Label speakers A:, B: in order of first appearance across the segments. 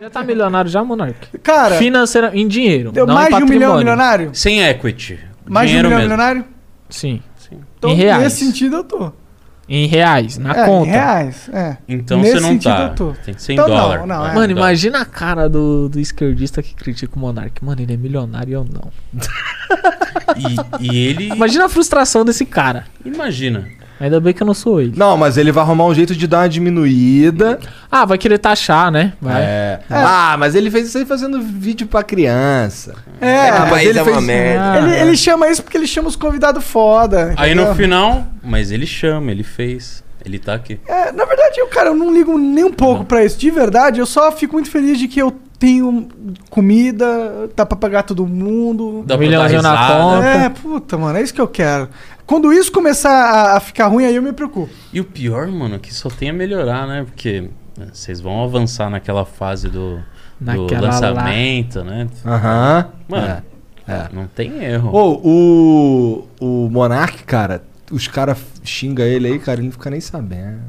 A: Já tá milionário já, Monark?
B: Cara,
A: Financeira, em dinheiro.
B: deu
A: não
B: mais
A: em
B: de um milhão
A: patrimônio.
B: milionário?
C: Sem equity.
B: Mais de um
C: dinheiro
B: milhão
C: mesmo.
B: milionário?
A: Sim.
B: Então,
A: Em reais.
B: nesse sentido eu tô.
A: Em reais, na
B: é,
A: conta.
B: em reais. É.
C: Então
B: Nesse
C: você não
B: sentido,
C: tá.
B: eu tô.
C: Tem que ser em
B: Então não, não,
C: dólar. né?
B: é.
A: Mano,
C: Em dólar.
A: imagina a cara do, do esquerdista que critica o Monark. Mano, ele é milionário e eu não.
C: E, e ele.
A: Imagina a frustração desse cara.
C: Imagina.
A: Ainda bem que eu não sou ele.
D: Não, mas ele vai arrumar um jeito de dar uma diminuída.
A: Ah, vai querer taxar, né? Vai.
D: É. Ah, mas ele fez isso aí fazendo vídeo pra criança.
B: É,
D: Ah,
E: o
D: mas
E: país
D: ele
E: é uma
D: fez-
E: merda.
A: Ah,
B: ele, ele chama isso porque ele chama os convidados foda.
C: Aí
B: entendeu?
C: no final. Mas ele chama, ele fez. Ele tá aqui.
B: É, na verdade, eu, cara, eu não ligo nem um pouco pra isso. De verdade, eu só fico muito feliz de que eu tenho comida, dá pra pagar todo mundo.
C: Dá pra
A: milhãozinho
C: dar
A: na
C: risada.
A: conta.
B: É, puta, mano, é isso que eu quero. Quando isso começar a, a ficar ruim, aí eu me preocupo.
C: E o pior, mano, é que só tem a melhorar, né? Porque né, vocês vão avançar naquela fase do, do
A: Naquela lá.
C: lançamento, né?
D: Aham.
C: Mano,
D: É, é.
C: não tem erro.
D: Ô, o, o Monark, cara, os caras xingam ele aí, cara, ele não fica nem sabendo.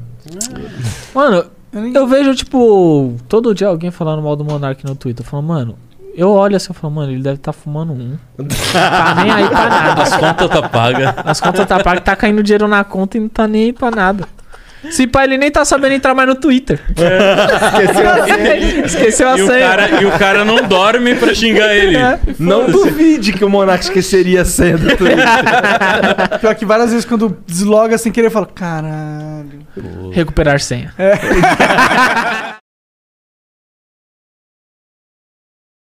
A: Mano,
B: Eu nem-
A: eu vejo, tipo, todo dia alguém falando mal do Monark no Twitter. Falando, mano, eu olho assim e falo, mano, ele deve tá fumando um. tá nem aí pra nada.
C: As contas tá paga.
A: As contas tá pagas, tá caindo dinheiro na conta e não tá nem aí pra nada. Se pá, ele nem tá sabendo entrar mais no Twitter. Esqueceu a senha.
C: É. E o, cara, e o cara não dorme pra xingar ele.
A: É.
D: Não duvide que o Monark esqueceria a senha do Twitter.
B: Pior que várias vezes quando desloga sem querer, eu falo, caralho.
A: Recuperar senha.
B: É.